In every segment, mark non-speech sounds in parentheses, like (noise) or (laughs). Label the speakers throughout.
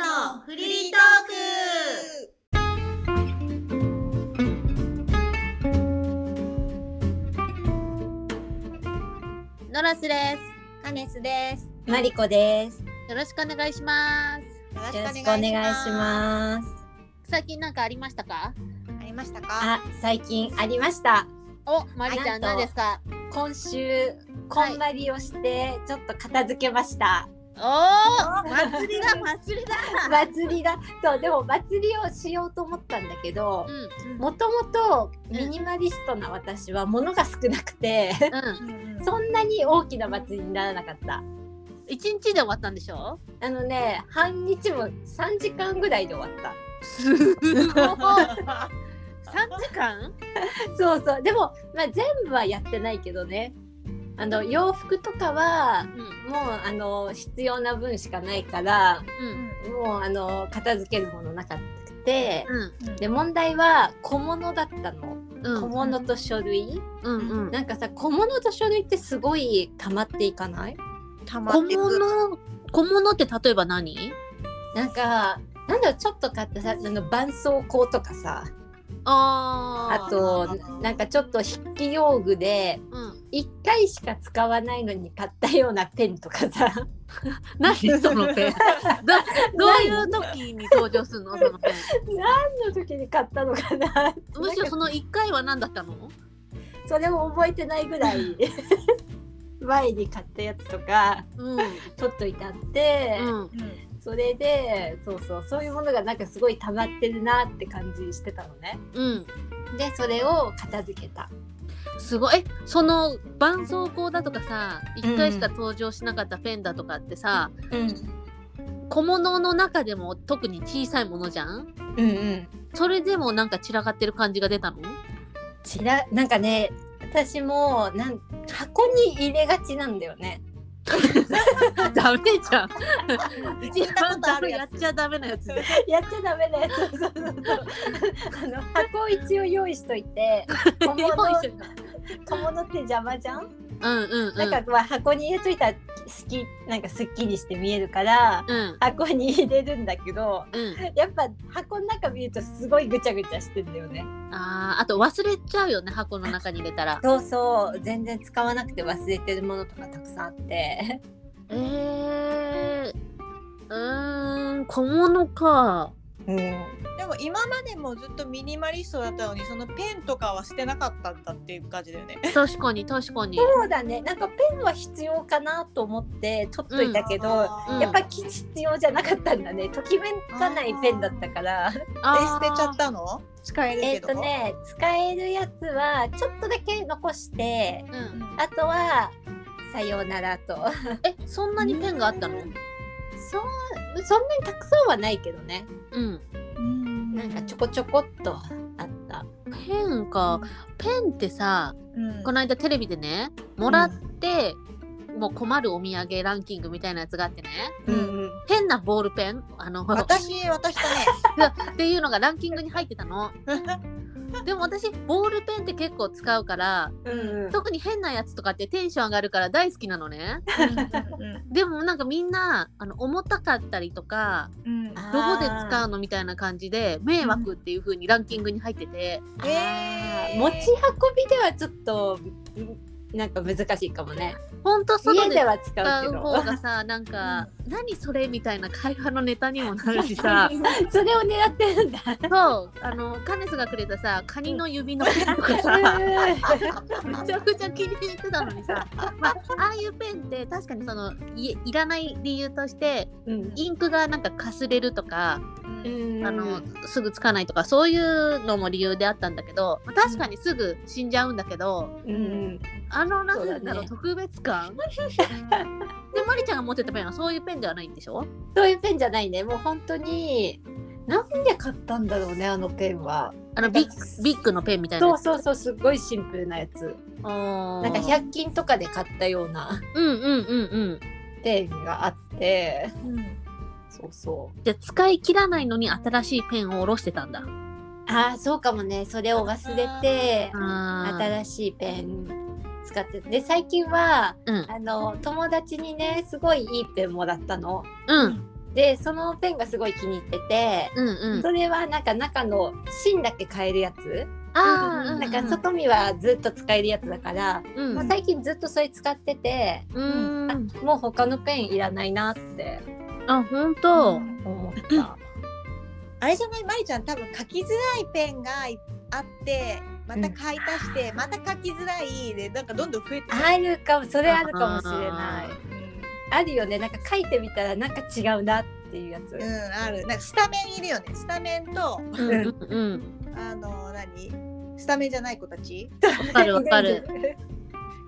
Speaker 1: のフリートークノラスです
Speaker 2: カネスです。
Speaker 3: マリコです。
Speaker 1: よ
Speaker 3: よ
Speaker 1: ろしくお願いします
Speaker 2: よ
Speaker 3: ろしくお願いし
Speaker 2: す。
Speaker 3: ます。
Speaker 1: 最近なんかありましたか
Speaker 2: ありましたか？
Speaker 3: あ、最近ありました。
Speaker 1: お、まりちゃん
Speaker 3: な
Speaker 1: 何
Speaker 3: んと
Speaker 1: ですか
Speaker 3: 今週、こんまりをして、ちょっと片付けました。
Speaker 1: お
Speaker 2: お祭りだ祭りだ。
Speaker 3: 祭りだ。そう、でも祭りをしようと思ったんだけど
Speaker 1: ーう、ん
Speaker 3: もともとミニマリストな私は物が少なくて、 (laughs)
Speaker 1: うん
Speaker 2: うん
Speaker 3: そんなに大きな祭りにならなかった。
Speaker 1: 一日で終わったんでしょ
Speaker 3: あのね、半日も3時間ぐらいで終わった。
Speaker 1: すごい3時間
Speaker 3: そうそう。でも、まあ、全部はやってないけどね。あの、洋服とかは、
Speaker 1: うんうん
Speaker 3: もうあの必要な分しかないからもうあの片付けるものなかったくて
Speaker 1: うん
Speaker 3: で問題は小物だったの
Speaker 1: う
Speaker 3: 小
Speaker 1: ん
Speaker 3: 物と書類、
Speaker 1: うんうん
Speaker 3: なんかさ小物と書類ってすごい溜まっていかない
Speaker 2: たま
Speaker 1: 小
Speaker 2: ってく。
Speaker 1: 物小物って例えば何
Speaker 3: なんかなんだろうちょっと買ったさあの絆創膏とかさ
Speaker 1: あー
Speaker 3: あとなんかちょっと筆記用具で
Speaker 1: うん、
Speaker 3: 1回しか使わないのに買ったようなペンとか (laughs) さ
Speaker 1: 何 (laughs) そのペンどどういう時に登場するのそのペン
Speaker 3: 何の時に買ったのかな
Speaker 1: むしろその1回は何だったの
Speaker 3: それも覚えてないぐらい前に買ったやつとか
Speaker 1: うん、
Speaker 3: 取っといてあって、
Speaker 1: うん、
Speaker 3: それでそうそうそういうものがなんかすごい溜まってるなって感じしてたのね
Speaker 1: うん、
Speaker 3: でそれを片付けた
Speaker 1: すごいえその絆創膏だとかさ1回しか登場しなかったペンだとかってさ、
Speaker 3: うん
Speaker 1: 小物の中でも特に小さいものじゃん
Speaker 3: うんうん
Speaker 1: それでもなんか散らかってる感じが出たの
Speaker 3: ちらなんかね私もなん箱に入れがちなんだよね
Speaker 1: ダメじゃん
Speaker 2: 聞いたことある
Speaker 1: や
Speaker 2: や
Speaker 3: (laughs)
Speaker 1: っ
Speaker 2: つ。
Speaker 1: ちゃダメなやつで
Speaker 3: やっちゃダメだよそうそうそうそうあの箱を一応用意しといて小物
Speaker 1: も一緒に
Speaker 3: 小物って邪魔じゃん
Speaker 1: うんうんうん
Speaker 3: なんかまあ箱に入れといたらすきなんかすっきりして見えるから
Speaker 1: うん
Speaker 3: 箱に入れるんだけど
Speaker 1: うん
Speaker 3: やっぱ箱の中見るとすごいぐちゃぐちゃしてんだよね
Speaker 1: あーあと忘れちゃうよね箱の中に入れたら。
Speaker 3: そうそう全然使わなくて忘れてるものとかたくさんあって
Speaker 1: えー、うーん小物か。
Speaker 3: うん
Speaker 2: でも今までもずっとミニマリストだったのに、そのペンとかは捨てなかったんだっていう感じだよね。
Speaker 1: 確かに確かに。
Speaker 3: そうだねなんかペンは必要かなと思って取っといたけど、
Speaker 1: うん。
Speaker 3: やっぱき必要じゃなかったんだねときめかないペンだったから
Speaker 2: え捨てちゃったたの？使える
Speaker 3: え
Speaker 2: け
Speaker 3: っ
Speaker 2: ど。
Speaker 3: とね使えるやつはちょっとだけ残して
Speaker 1: う。
Speaker 2: うんん。
Speaker 3: あとはさようならと
Speaker 1: えそんなにペンがあったの？
Speaker 3: そうそんなにたくさんはないけどね
Speaker 1: うん。
Speaker 2: うん
Speaker 3: なんかちょこちょこっとあった
Speaker 1: ペンかペンってさ
Speaker 2: うん
Speaker 1: この間テレビでねもらって、もう困るお土産ランキングみたいなやつがあってね
Speaker 2: うん
Speaker 3: うん
Speaker 1: 変なボールペンあの
Speaker 2: 私私だ
Speaker 1: (laughs) っていうのがランキングに入ってたの
Speaker 2: ね。
Speaker 1: でも私ボールペンって結構使うから
Speaker 3: うん
Speaker 1: 特に変なやつとかってテンション上がるから大好きなの
Speaker 3: (laughs)
Speaker 1: ね
Speaker 2: うんうん
Speaker 1: でもなんかみんなあの重たかったりとか
Speaker 2: うんうん
Speaker 1: どこで使うのみたいな感じで迷惑っていう風にランキングに入ってて、
Speaker 2: えー
Speaker 3: 持ち運びではちょっとんなんか難しいかもね
Speaker 1: ほんと
Speaker 3: 家
Speaker 1: 外
Speaker 3: で
Speaker 1: で
Speaker 3: は使
Speaker 1: 使
Speaker 3: う
Speaker 1: う
Speaker 3: け
Speaker 1: 方
Speaker 3: ど
Speaker 1: がさなんか「何それ?」みたいな会話のネタにもなるし
Speaker 3: (laughs)
Speaker 1: さ
Speaker 3: (laughs) それを狙ってるんだ
Speaker 1: そうあのカネスがくれたさカニの指
Speaker 3: (laughs)
Speaker 1: のペンとかさめちゃくちゃ気に入ってたのにさ、まあ、ああいうペンって確かにそのいいらない理由として
Speaker 3: うん
Speaker 1: インクがなんかかすれるとか
Speaker 2: うん
Speaker 3: うん
Speaker 1: あのすぐつかないとかそういうのも理由であったんだけどまあ確かにすぐ死んじゃうんだけど、
Speaker 3: うん
Speaker 1: あのなん
Speaker 3: そう
Speaker 1: だ
Speaker 3: だ
Speaker 1: ろう、
Speaker 3: ね
Speaker 1: 特別
Speaker 3: (laughs)
Speaker 1: 感でマリちゃんが持ってたペンはそういうペンではないんでしょ
Speaker 3: そういうペンじゃないねもう本当になんで買ったんだろうねあのペンは
Speaker 1: あのビッビッグのペンみたいな
Speaker 3: そ
Speaker 1: や
Speaker 3: う
Speaker 1: つ
Speaker 3: そうそうすっごいシンプルなやつ
Speaker 1: な
Speaker 3: なんか100均とかで買ったような
Speaker 1: うんうんうんうん
Speaker 3: ペンがあって
Speaker 2: うん
Speaker 3: そうそう
Speaker 1: じゃあ使い切らないのに新しいペンを下ろしてたんだ
Speaker 3: ああそうかもねそれを忘れて
Speaker 1: あー
Speaker 3: 新しいペン使ってで最近は
Speaker 1: うん
Speaker 3: あの友達にねすごいいいペンもらったの
Speaker 1: うん
Speaker 3: でそのペンがすごい気に入ってて、
Speaker 1: うんうん。
Speaker 3: それはなんか中の芯だけ変えるやつ、
Speaker 1: ああ、
Speaker 2: うん
Speaker 3: なんか外見はずっと使えるやつだから、
Speaker 1: うん
Speaker 3: まあ、最近ずっとそれ使ってて、
Speaker 1: うん。
Speaker 3: あもう他のペンいらないなって
Speaker 1: あ、本当。
Speaker 3: 思った。
Speaker 2: あれじゃないまりちゃん多分書きづらいペンがいあってまた買い足して、また書きづらいでなんかどんどん増えて
Speaker 3: あるかもそれあるかもしれない
Speaker 1: あ。
Speaker 3: あるよねなんか書いてみたらなんか違うなっていうやつ。
Speaker 2: うん、うんあるなんかスタメンいるよねスタメンと
Speaker 1: うんうん
Speaker 2: あの何スタメンじゃない子たち
Speaker 1: うん。わかるわかる。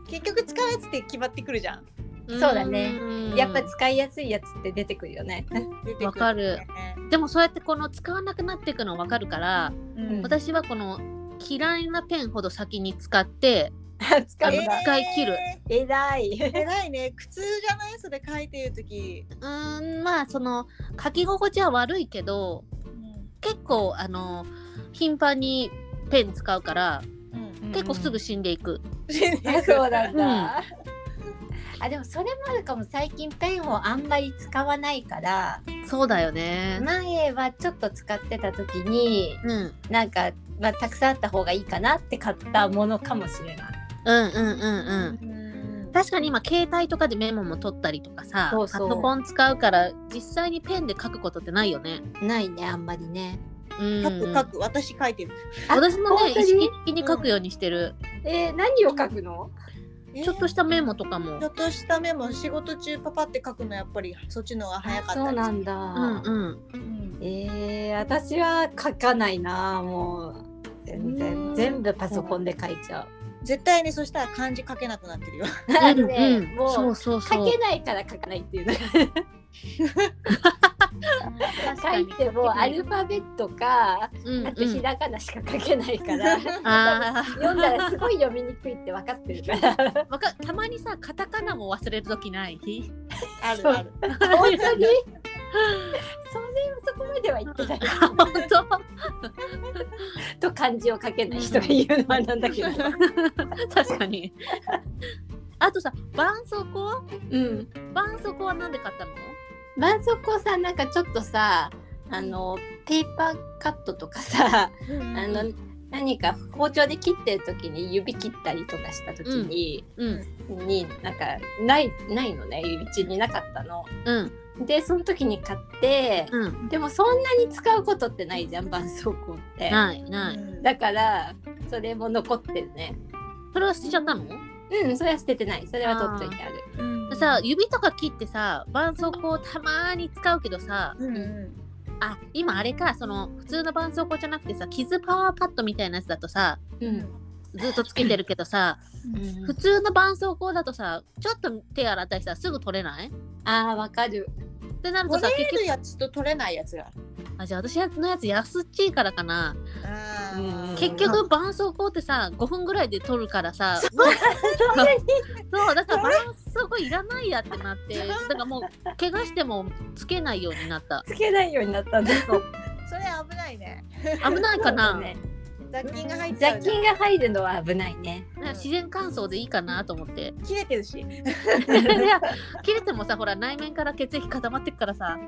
Speaker 2: 結局使うやつって決まってくるじゃん
Speaker 3: そうだね
Speaker 1: うん
Speaker 3: (laughs) やっぱ使いやすいやつって出てくるよね。 (laughs)
Speaker 2: 出てくね
Speaker 1: わかるでもそうやってこの使わなくなっていくのわかるから、
Speaker 2: うん
Speaker 1: 私はこの嫌いなペンほど先に使って、
Speaker 3: 使うんだ。
Speaker 1: 使い切る
Speaker 3: えら (laughs) い。
Speaker 2: 偉いね苦痛じゃないそれ書いてる時、
Speaker 1: うーんまあその書き心地は悪いけど結構あの頻繁にペン使うから
Speaker 2: うん
Speaker 1: 結構すぐ死んでいく、 (laughs)
Speaker 3: あそうなん
Speaker 1: うん
Speaker 3: だ。あでもそれもあるかも最近ペンをあんまり使わないから
Speaker 1: そうだよね、
Speaker 3: 前はちょっと使ってた時に
Speaker 1: うん、うん
Speaker 3: なんか、まあ、たくさんあった方がいいかなって買ったものかもしれない。
Speaker 1: うんうんうん
Speaker 2: (laughs) うん
Speaker 1: 確かに今携帯とかでメモも取ったりとかさ
Speaker 3: そうそう
Speaker 1: パソコン使うから実際にペンで書くことってないよね
Speaker 3: ないねあんまりね。
Speaker 1: うん
Speaker 2: 書く書く私書いてる
Speaker 3: あ
Speaker 1: 私もね
Speaker 3: 本当
Speaker 1: 意
Speaker 3: に
Speaker 1: 識的に書くようにしてる、
Speaker 3: えー何を書くの
Speaker 1: ちょっとしたメモとかも
Speaker 2: ちょっとしたメモ仕事中パパって書くのやっぱりそっちの方が早かったり
Speaker 3: そうなんだ。
Speaker 1: うんうん
Speaker 2: うん
Speaker 3: えー、私は書かないなもう全
Speaker 2: う
Speaker 3: 然
Speaker 2: ん
Speaker 3: 全部パソコンで書いちゃう。
Speaker 2: 絶対ねそしたら漢字書けなくなってるよ
Speaker 1: うん
Speaker 3: (laughs) ね
Speaker 1: うん
Speaker 3: もう
Speaker 1: そうそうそう
Speaker 3: 書けないから書かないっていうのが
Speaker 1: 確
Speaker 3: 書
Speaker 1: か
Speaker 3: い
Speaker 1: に
Speaker 3: てもアルファベットか
Speaker 1: うんう
Speaker 3: あとひ
Speaker 1: ん、
Speaker 3: らがなしか書けない
Speaker 1: (laughs)
Speaker 3: から、
Speaker 1: あー
Speaker 3: 読んだらすごい読みにくいって分かって
Speaker 1: (laughs)
Speaker 3: るから
Speaker 1: わかたまにさカタカナも忘れる時ない
Speaker 2: あるある
Speaker 3: 本当にそれはそこまでは言ってない
Speaker 1: 本当
Speaker 3: と漢字を書けない人が言うのはなんだ
Speaker 1: (laughs)
Speaker 3: けど、
Speaker 1: 確かにあとさ絆創膏
Speaker 3: うん、
Speaker 1: 絆創膏はなんで買ったの
Speaker 3: まそこさなんかちょっとさあのペーパーカットとかさあの何か包丁で切ってる時に指切ったりとかした時に、
Speaker 1: うん
Speaker 3: になんかないないのね指ちになかったの。
Speaker 1: うん
Speaker 3: でその時に買って、
Speaker 1: うん
Speaker 3: でもそんなに使うことってないじゃん絆創膏って。
Speaker 1: ないない
Speaker 3: だからそれも残ってるね。
Speaker 1: それは捨てちゃったの
Speaker 3: うんそれは捨ててないそれは取っといてある。
Speaker 2: うん
Speaker 1: さ指とか切ってさ絆創膏たまーに使うけどさ
Speaker 2: うんうん
Speaker 1: あ今あれかその普通の絆創膏じゃなくてさ傷パワーパッドみたいなやつだとさ
Speaker 3: うん
Speaker 1: ずっとつけてるけどさ
Speaker 3: (laughs) うん
Speaker 1: 普通の絆創膏だとさちょっと手洗ったりしたらすぐ取れない
Speaker 3: ああわかる。
Speaker 1: ってなると
Speaker 2: 取
Speaker 1: さ
Speaker 2: れ
Speaker 1: 結
Speaker 2: る
Speaker 1: 局
Speaker 2: やつと取れないやつがある
Speaker 1: あじゃあ私のやつ安っちいからかな
Speaker 2: あ
Speaker 3: うん
Speaker 2: ー
Speaker 1: 結局絆創膏ってさ5分ぐらいで取るからさそうだから絆創膏いらないやってなってだからもう怪我してもつけないようになった
Speaker 3: つけないようになったんだ。
Speaker 2: それ危ないね
Speaker 1: 危ないかな、
Speaker 3: そうだね
Speaker 2: 雑菌が入っちゃう
Speaker 3: 雑
Speaker 2: じゃん
Speaker 3: 菌が入るのは危ないね。
Speaker 1: なんか自然乾燥でいいかなと思って
Speaker 2: 切れてるし
Speaker 1: (laughs) いや切れてもさほら内面から血液固まってくから (laughs) さ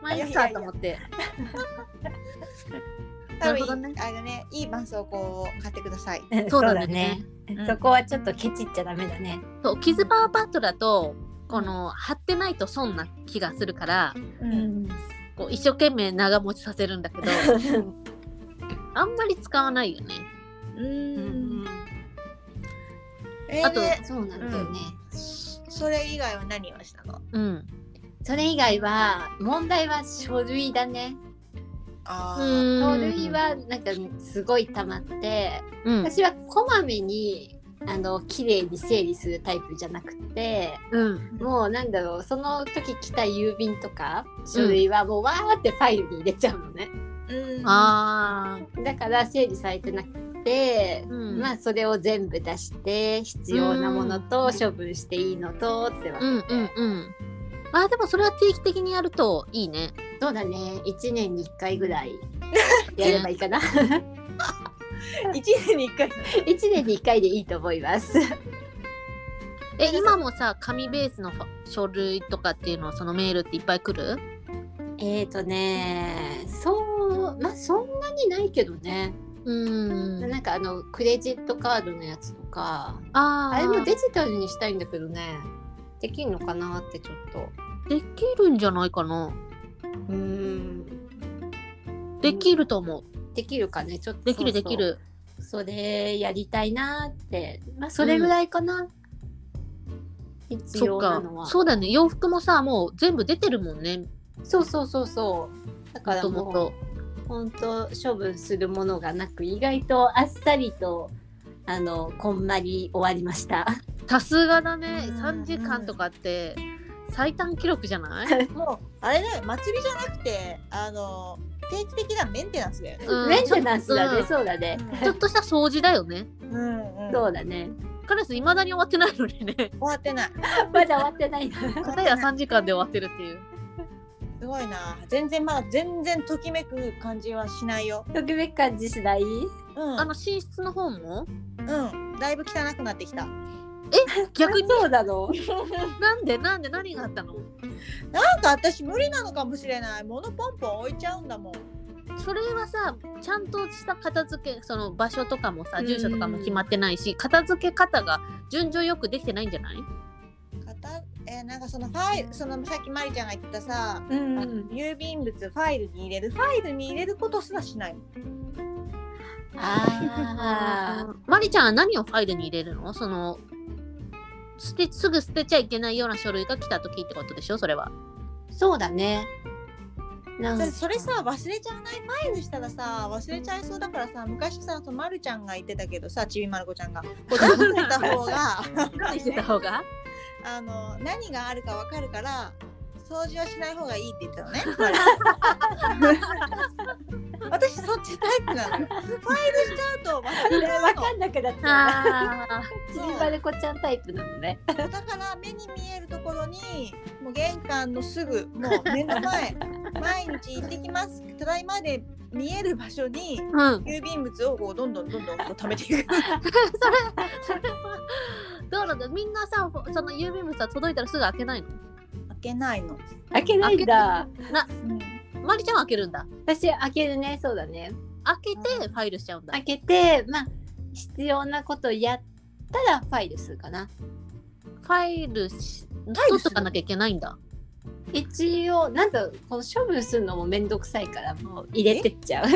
Speaker 1: まあいいかと思ってな
Speaker 2: 多
Speaker 1: るほどね
Speaker 2: 分あれだねいい絆創膏を買ってください
Speaker 1: そうだね。
Speaker 2: うん
Speaker 3: そこはちょっとケチっちゃダメだね。
Speaker 1: そう傷パワーパッドだとこの貼ってないと損な気がするから
Speaker 2: う
Speaker 1: こう一生懸命長持ちさせるんだけ (laughs) どあんまり使わないよね
Speaker 2: うんえ
Speaker 1: あと
Speaker 2: で
Speaker 3: そうなんだよね。
Speaker 2: それ以外は何をしたの
Speaker 1: うん
Speaker 3: それ以外は問題は書類だね。
Speaker 2: あー
Speaker 1: 書
Speaker 3: 書類はなんかすごい溜まって、
Speaker 1: うん
Speaker 3: 私はこまめにあの綺麗に整理するタイプじゃなくて、
Speaker 1: うん
Speaker 3: もうなんだろうその時来た郵便とか書類はもうわーってファイルに入れちゃうのね。
Speaker 2: うん
Speaker 1: あ
Speaker 3: だから整理されてなくて、
Speaker 1: うん
Speaker 3: まあそれを全部出して必要なものと処分していいのとって
Speaker 1: あ
Speaker 3: は、
Speaker 1: うんうんうんあーでもそれは定期的にやるといいね
Speaker 3: そうだね1年に1回ぐ (laughs) らいやればいい (laughs) かな
Speaker 2: 一年に一回
Speaker 3: 1年に1回でいいと思います
Speaker 1: え今もさ紙ベースのファ書類とかっていうのはそのメールっていっぱい来る
Speaker 3: (laughs) えーとねそうまあそんなにないけどね、
Speaker 1: うん。
Speaker 3: なんかあのクレジットカードのやつとか
Speaker 1: あー
Speaker 3: あれもデジタルにしたいんだけどねできんのかなってちょっと
Speaker 1: できるんじゃないかな。
Speaker 3: うーん
Speaker 1: できると思う。
Speaker 3: できるかねちょっと
Speaker 1: できる
Speaker 3: そうそ
Speaker 1: で
Speaker 3: う
Speaker 1: きる。
Speaker 3: それやりたいなーってまあそれぐらいかな、必
Speaker 1: そ
Speaker 3: 要
Speaker 1: っ
Speaker 3: な
Speaker 1: か
Speaker 3: の。は
Speaker 1: そうだよね。洋服もさ、もう全部出てるもんね。
Speaker 3: そうそうそうそうだか
Speaker 1: も
Speaker 3: ら
Speaker 1: と
Speaker 3: も
Speaker 1: も
Speaker 3: う
Speaker 1: と。
Speaker 3: 本当処分するものがなく意外とあっさりとあのこんまり終わりました
Speaker 1: さすがだね。
Speaker 2: うん
Speaker 1: 3時間とかって最短記録じゃない
Speaker 2: もうあれだよ祭りじゃなくてあの定期的なメンテナンスだよね。
Speaker 1: うん
Speaker 3: メンテナンスだね、
Speaker 1: うん
Speaker 3: そうだね、
Speaker 1: ちょっとした掃除だよね。
Speaker 2: うんうん、
Speaker 3: そ
Speaker 2: 終
Speaker 3: うだね
Speaker 1: カネスいまだに終わってないの
Speaker 3: (laughs)
Speaker 1: にね。
Speaker 2: わってない。
Speaker 3: まだ終わってないな
Speaker 1: 片や3時間で終わってるっていう。
Speaker 2: すごいな。全然まだ全然ときめく感じはしないよ。
Speaker 3: 特別感じしない
Speaker 2: うん。
Speaker 1: あの寝室の方も
Speaker 2: うん。だいぶ汚くなってきた。
Speaker 1: 逆に
Speaker 3: そうだろう
Speaker 1: なんでなんで何があったの
Speaker 2: なんか私無理なのかもしれない。物ポンポン置いちゃうんだもん。
Speaker 1: それはさちゃんとした片付けその場所とかもさ
Speaker 3: うん
Speaker 1: 住所とかも決まってないし片付け方が順序よくできてないんじゃない
Speaker 2: 片えーなんかそのファイルそのさっきマリちゃんが言ってたさ、
Speaker 3: うん
Speaker 2: 郵便物ファイルに入れるファイルに入れることすらしない。
Speaker 3: あー
Speaker 1: マリちゃんは何をファイルに入れるのその捨てすぐ捨てちゃいけないような書類が来た時ってことでしょそれは
Speaker 3: (laughs) そうだねなん
Speaker 2: そ
Speaker 3: か
Speaker 2: れそれさ忘れちゃわないファイルしたらさ忘れちゃいそうだからさ昔さそのまるちゃんが言ってたけどさちびまる子ちゃんがこうダブルした方が (laughs)
Speaker 1: 何してた方が
Speaker 2: あの何があるかわかるから掃除はしない方がいいって言ってたのね。私そっちタイプなのよ。ファイルしちゃうと忘れちゃ
Speaker 3: わ
Speaker 2: うの
Speaker 3: かんなくなっちゃう
Speaker 1: ああ
Speaker 3: ちびまる子ちゃんタイプなのね
Speaker 2: だから目に見えるところにもう玄関のすぐもう目の前毎日行ってきますただいまで見える場所
Speaker 1: (laughs)
Speaker 2: に
Speaker 1: うん
Speaker 2: 郵便物をこうどんどんどんどんこう貯めていく
Speaker 1: それはどうなんだみんなさその郵便物は届いたらすぐ開けないの
Speaker 2: 開けないの、
Speaker 3: 開けないんだ
Speaker 1: マリちゃんは開けるんだ
Speaker 3: 私開けるねそうだね
Speaker 1: 開けてファイルしちゃうんだ
Speaker 3: 開けてまあ必要なことやったらファイルするかな
Speaker 1: ファイルし
Speaker 2: イル
Speaker 1: 取っ
Speaker 2: す
Speaker 1: と
Speaker 2: る
Speaker 1: かなきゃいけないんだ
Speaker 3: 一応なんかこの処分するのもめんどくさいからもう入れてっちゃう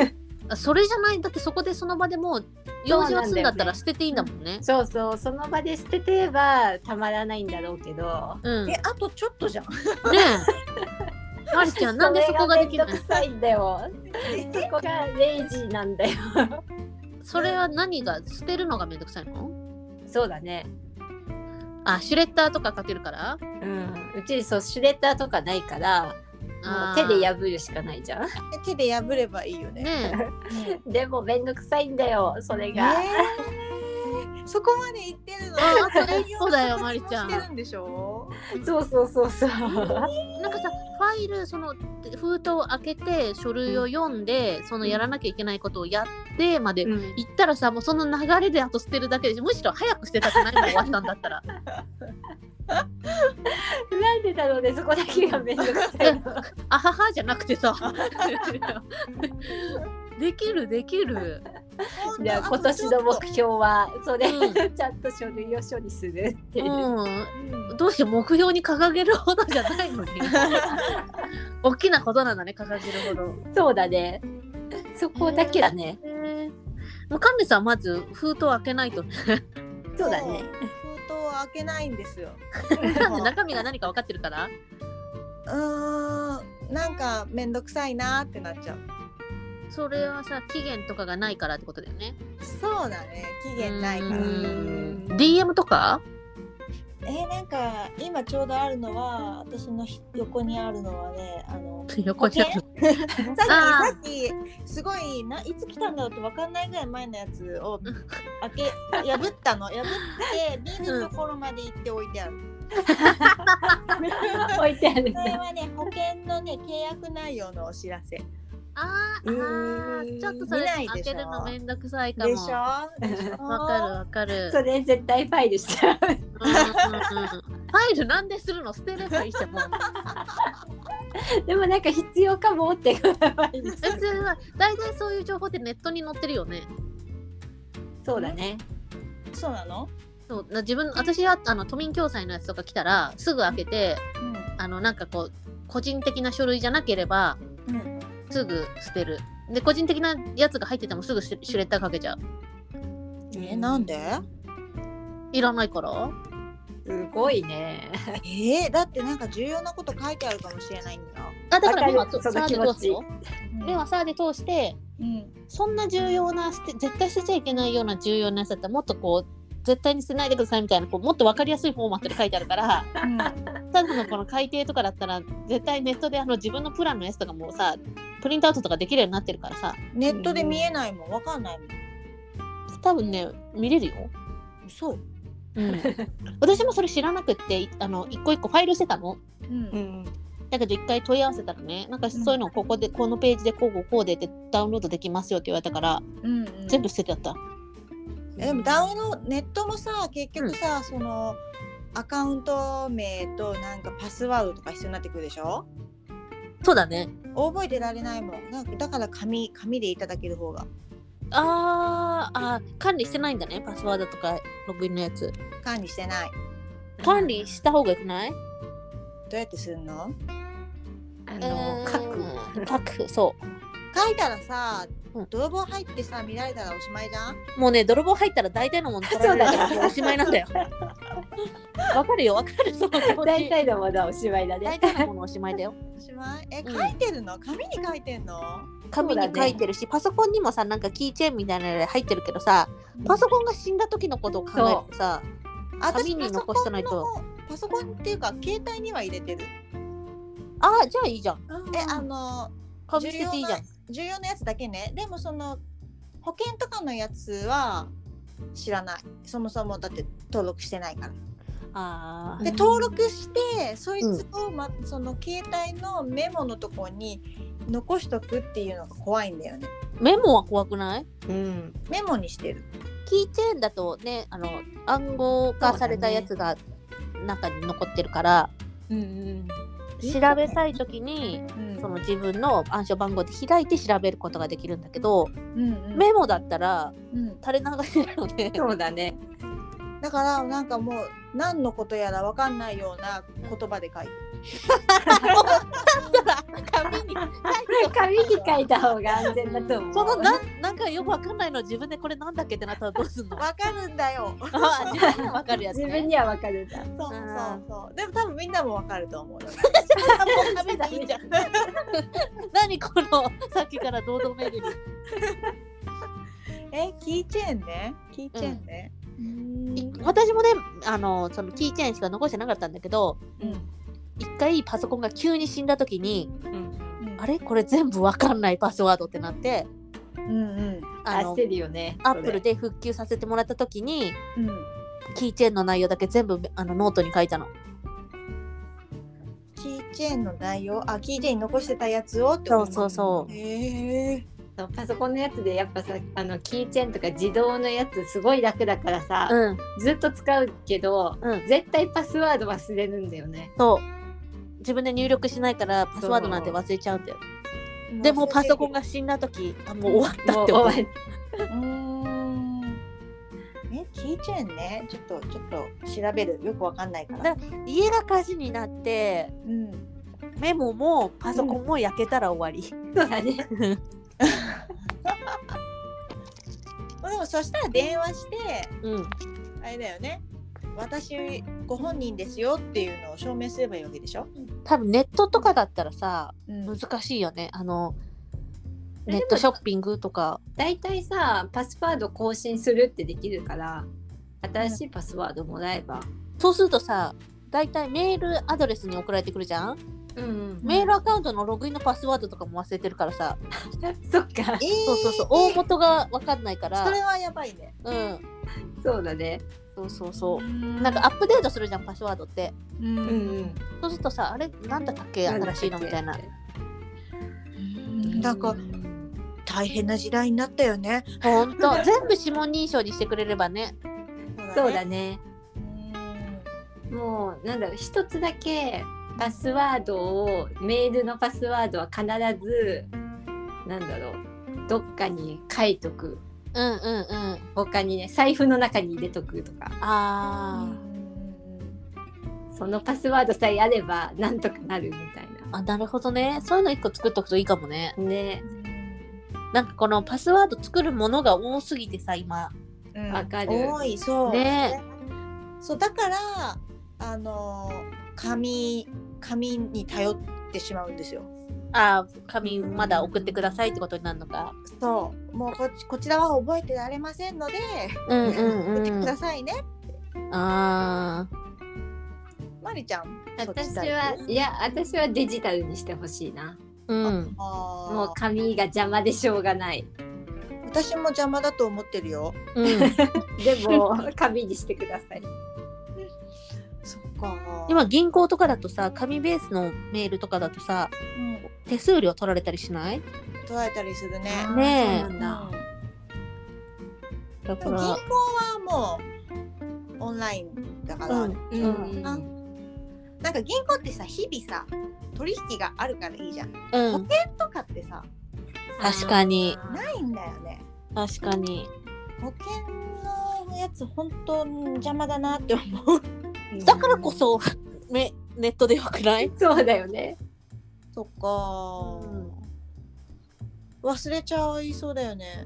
Speaker 1: あそれじゃないだってそこでその場でもう用事は済んだったら捨
Speaker 3: そ
Speaker 1: てていいんだもんね
Speaker 3: (laughs) そうそうその場で捨ててればたまらないんだろうけど
Speaker 1: うん
Speaker 2: え
Speaker 1: ね
Speaker 2: あとちょっとじゃん
Speaker 1: (laughs) えマリちゃんなんでそこができない
Speaker 3: れめんどくさいんだよそこがレイジーなんだよ
Speaker 1: それは何が捨てるのがめんどくさいの
Speaker 3: そうだね
Speaker 1: あシュレッダーとかかけるから
Speaker 3: うんうちそうシュレッダーとかないからも
Speaker 1: あ
Speaker 3: う
Speaker 1: ー
Speaker 3: 手で破るしかないじゃん
Speaker 2: 手で破ればいいよね
Speaker 1: ねえ
Speaker 3: でもめんどくさいんだよそれ
Speaker 2: え
Speaker 3: が、
Speaker 2: ーそこまで行ってるの
Speaker 1: ああと一歩だよまりちゃん
Speaker 2: してるんでしょ
Speaker 3: そうそうそうそう
Speaker 1: なんかさファイルその封筒を開けて書類を読んでそのやらなきゃいけないことをやってまで
Speaker 3: うん
Speaker 1: 行ったらさもうその流れであと捨てるだけでしょむしろ早く捨てたくないの終わったんだったら
Speaker 3: なんでだろうねそこだけがめんどくさいの
Speaker 1: (laughs) あははじゃなくてさ。 (laughs) できるできる。
Speaker 3: じゃあ今年の目標はそれ、
Speaker 1: うん
Speaker 3: ちゃんと書類を処理するっていう、
Speaker 1: う
Speaker 2: 標
Speaker 1: ん。どうして目標に掲げるほどじゃない (laughs) のに。大きなことなんだね掲げるほど。
Speaker 3: そうだねそこだけだね、
Speaker 1: へえ。もう神さんまず封筒開けないとね。
Speaker 3: そうだね
Speaker 2: 封筒を開けないんですよ
Speaker 1: なんで中身が何か分かってるから。
Speaker 2: うーんなんかめんどくさいなーってなっちゃう
Speaker 1: それはさ期限とかがないからってことだよね。
Speaker 2: そうだね期限ないから
Speaker 1: う
Speaker 3: う
Speaker 1: ん
Speaker 3: ん
Speaker 1: DM とか？
Speaker 2: えーなんか今ちょうどあるのは私のひ横にあるのはねあ
Speaker 1: (laughs)
Speaker 2: の
Speaker 1: 横にある。
Speaker 2: さっ
Speaker 1: あ
Speaker 2: き
Speaker 1: ー
Speaker 2: さっきすごいないつ来たんだろうって分かんないぐらい前のやつを開け破ったの
Speaker 1: (laughs)
Speaker 2: 破って瓶のところまで行って置いてある。
Speaker 3: 置いてある
Speaker 2: それ
Speaker 3: ね
Speaker 2: はね保険のね契約内容のお知らせ。で
Speaker 1: あーあー、ちょっとそれ
Speaker 2: 見ない
Speaker 1: 開
Speaker 2: でし
Speaker 1: け
Speaker 2: ょ
Speaker 1: るのめんどくさいか
Speaker 2: し
Speaker 1: も。
Speaker 2: ょでしょ
Speaker 1: わかるわかる。
Speaker 3: それ絶対ファイルしちゃう
Speaker 1: うんうんうんファイルなんでするの捨てればいいじゃんもう
Speaker 3: でもなんか必要かもってぐらい
Speaker 1: (laughs)
Speaker 3: は
Speaker 1: えそれは大体そういう情報ってネットに載ってるよね
Speaker 3: そうだね
Speaker 2: そうなの？
Speaker 1: そうな自分私はあの都民共済のやつとか来たらすぐ開けてあのなんかこう個人的な書類じゃなければ
Speaker 2: うんうん。
Speaker 1: すぐ捨てるで個人的なやつが入っててもすぐシュシュレッダーかけちゃう
Speaker 2: えなんで？
Speaker 1: いらないから
Speaker 3: すごいね
Speaker 2: えー、だってなんか重要なこと書いてあるかもしれないんだよ。
Speaker 1: あだから目は
Speaker 3: わかる
Speaker 1: サ
Speaker 3: その
Speaker 1: ー
Speaker 3: 気
Speaker 1: で通
Speaker 3: 持
Speaker 1: す
Speaker 3: ち
Speaker 1: よ目はサーで通して
Speaker 2: うん。
Speaker 1: そんな重要な捨て絶対捨てちゃいけないような重要なやつだったらもっとこう絶対に捨てないでくださいみたいなこうもっと分かりやすいフォーマットで書いてあるから
Speaker 2: うん。
Speaker 1: ただのこの改訂とかだったら絶対ネットであの自分のプランのやつとかもさプリントアウトとかできるようになってるからさ
Speaker 2: ネットで見えないもん、わかんないもん。
Speaker 1: 多分ね見れるよ、
Speaker 2: そう。
Speaker 1: (laughs) 私もそれ知らなくっていあの一個一個ファイルしてたの
Speaker 2: うん。
Speaker 3: ん
Speaker 1: だけど一回問い合わせたらねなんかそういうのをここで、このページでこうこうこうでってダウンロードできますよって言われたから、
Speaker 2: うん、
Speaker 1: 全部。捨ててあった
Speaker 2: えでもダウンロードネットもさ結局さ、そのアカウント名となんかパスワードとか必要になってくるでしょ？
Speaker 1: そうだね
Speaker 2: 覚えてられないもん。なんかだから紙紙でいただける方が
Speaker 1: あーあー管理してないんだねパスワードとかログインのやつ
Speaker 2: 管理してない。
Speaker 1: 管理した方がよくない
Speaker 2: どうやってするの？
Speaker 3: あの書く
Speaker 1: 書くそ
Speaker 2: 書いたらさ
Speaker 1: うん、
Speaker 2: 泥棒入ってさ見られたらおしまいじゃん。
Speaker 1: うもうね泥棒入ったら大体のもの取られるからもうおしまいなん
Speaker 3: (laughs)
Speaker 1: だよわかるよわかるそう
Speaker 3: 大体のものはおしまいだね
Speaker 1: 大体のものおしまいだよ
Speaker 2: おしまい。え
Speaker 1: うん
Speaker 2: 書いてるの？紙に書いてんの？
Speaker 1: 紙に書いてるし、パソコンにもさなんかキーチェーンみたいなの入ってるけどさパソコンが死んだ時のことを考えてさ紙に残してないと。
Speaker 2: 私パソコンのパソコンっていうか携帯には入れてる。
Speaker 1: ああじゃあいいじゃん
Speaker 2: えあの
Speaker 1: 紙捨てていいじゃん
Speaker 2: 重要なやつだけね。でもその保険とかのやつは知らない。そもそもだって登録してないから。
Speaker 1: あー
Speaker 2: で
Speaker 3: うん
Speaker 2: 登録してそいつを、ま、その携帯のメモのとこに残しとくっていうのが怖いんだよね。
Speaker 1: メモは怖くない
Speaker 3: うん
Speaker 2: メモにしてる。
Speaker 1: キーチェーンだとねあの暗号化されたやつが中に残ってるから、
Speaker 3: うんうん
Speaker 1: 調べたい時に
Speaker 2: うん
Speaker 1: その自分の暗証番号で開いて調べることができるんだけど、
Speaker 2: うん
Speaker 1: メモだったら
Speaker 2: うん
Speaker 1: 垂れ流しなので、 (laughs)
Speaker 3: そうだね
Speaker 2: だからなんかもう何のことやらわかんないような言葉で書いてる。
Speaker 1: 紙に
Speaker 3: 紙に書いた方が安全だと思う
Speaker 1: このなんなんかよくわかんないの自分でこれなんだっけってなったらどう
Speaker 2: (laughs)
Speaker 1: すんの
Speaker 2: わかるんだよ。
Speaker 1: あ自分にはわかるやつ、
Speaker 3: 自
Speaker 1: ね、
Speaker 3: 分にはわかるんだ
Speaker 2: そうそ
Speaker 1: あ
Speaker 2: うそう。でも多分みんなもわかると
Speaker 1: (laughs)
Speaker 2: 思うよ。
Speaker 1: 紙でいいじゃん (laughs) 何このさっきから堂々巡り
Speaker 2: え、キーチェーンね。キーチェーンね。
Speaker 1: 私もねあのそのキーチェーンしか残してなかったんだけど
Speaker 2: うん。
Speaker 1: 一回パソコンが急に死んだ時に
Speaker 3: うん
Speaker 1: あれこれ全部わかんないパスワードってなって
Speaker 2: うんうん
Speaker 1: あの
Speaker 3: 焦るよね
Speaker 1: アップルで復旧させてもらった時に
Speaker 2: うん。
Speaker 1: キーチェーンの内容だけ全部あのノートに書いたの
Speaker 2: キーチェーンの内容、あ、キーチェーンに残してたやつをって
Speaker 1: そ
Speaker 2: こ
Speaker 1: う
Speaker 2: と
Speaker 1: そうそう
Speaker 2: へえ。
Speaker 3: そうパソコンのやつでやっぱさあのキーチェーンとか自動のやつすごい楽だからさ、
Speaker 1: うん
Speaker 3: ずっと使うけど、
Speaker 1: うん
Speaker 3: 絶対パスワード忘れるんだよね。
Speaker 1: そう自分で入力しないからパスワードなんて忘れちゃうんだよでもパソコン
Speaker 2: が。
Speaker 1: が死んだ時あもう終わったって
Speaker 3: もう
Speaker 1: 思う
Speaker 3: 終わ
Speaker 2: うーん。え、キーチェーンね。ちょっとちょっと調べる。よくわかんないから。
Speaker 1: 家が火事になって
Speaker 2: うん。
Speaker 1: メモもパソコンも焼けたら終わり、
Speaker 3: りそうだ
Speaker 1: (laughs)
Speaker 3: ね。
Speaker 2: まあでもそしたら電話して。
Speaker 1: うん、
Speaker 2: あれだよね私ご本人ですよっていうのを証明すればいいわけでしょ、
Speaker 1: 多分ネットとかだったらさ
Speaker 2: うん
Speaker 1: 難しいよねあの
Speaker 3: え
Speaker 1: ネットショッピングとか
Speaker 3: だいたいさパスワード更新するってできるから新しいパスワードもらえば。
Speaker 1: そうするとさ大体メールアドレスに送られてくるじゃん、
Speaker 3: うん、
Speaker 1: メールアカウントのログインのパスワードとかも忘れてるからさ
Speaker 3: (laughs) そっか
Speaker 2: えー
Speaker 1: そうそうそう大元が分かんないから
Speaker 2: それはやばいね
Speaker 1: うん
Speaker 3: そうだね。
Speaker 1: そうそうそうな
Speaker 2: な
Speaker 1: んかアップデートするじゃんパスワードって
Speaker 2: う、
Speaker 3: うんん。
Speaker 1: そうするとさあれなんだったっけ新しいのみたいな
Speaker 2: なんか大変な時代になったよね
Speaker 1: ほんと全部指紋認証にしてくれればね
Speaker 3: そうだ
Speaker 2: ね
Speaker 3: ね。
Speaker 2: うん
Speaker 3: ものなんだろう一つだけパスワードをメールのパスワードは必ずなんだろうどっかに書いとく
Speaker 1: うんうんうん
Speaker 3: 他にね財布の中に入れとくとか
Speaker 1: あー
Speaker 3: そのパスワードさえあればなんとかなるみたい
Speaker 1: あなるほどねそういうの一個作っとくといいかもね
Speaker 3: なね
Speaker 1: なんかこのパスワード作るものが多すぎてさ今
Speaker 2: うん
Speaker 3: わかる
Speaker 2: 多いそう
Speaker 1: ね
Speaker 2: そうだからあの紙紙に頼ってしまうんですよ。
Speaker 1: あー紙まだ送ってくださいってことになるのか
Speaker 2: そうもうこっちこちらは覚えてられませんので、
Speaker 1: うん
Speaker 2: 送ってくださいね。
Speaker 1: あ
Speaker 2: まりちゃんそっ
Speaker 3: 私
Speaker 2: ちタイプ
Speaker 3: はいや私はデジタルにしてほしいな
Speaker 1: ーうん
Speaker 2: あー
Speaker 3: もう紙が邪魔でしょうがない
Speaker 2: 私も邪魔だと思ってるよ。
Speaker 1: うん
Speaker 3: で (laughs) も紙にしてください
Speaker 2: そっか今、
Speaker 1: (laughs) 今銀行とかだとさ紙ベースのメールとかだとさ
Speaker 2: うん、
Speaker 1: 手数料取られたりしない
Speaker 2: 取られたりするね。
Speaker 1: ねえ
Speaker 3: あーそうなんだ
Speaker 1: だ
Speaker 2: でも銀行はもうオンラインだから、
Speaker 1: うん
Speaker 3: うんうん
Speaker 2: あなんか銀行ってさ日々さ取引があるからいいじゃん。
Speaker 1: う
Speaker 2: 保
Speaker 1: ん
Speaker 2: 険とかってさ
Speaker 1: 確かに
Speaker 2: ないんだよね。
Speaker 1: 確かに
Speaker 2: 保険のやつ本当に邪魔だなって思う。
Speaker 1: だからこそ (laughs) めネットでよくない
Speaker 3: そうだよね
Speaker 2: (laughs) そっか、
Speaker 1: うん
Speaker 2: 忘れちゃいそうだよね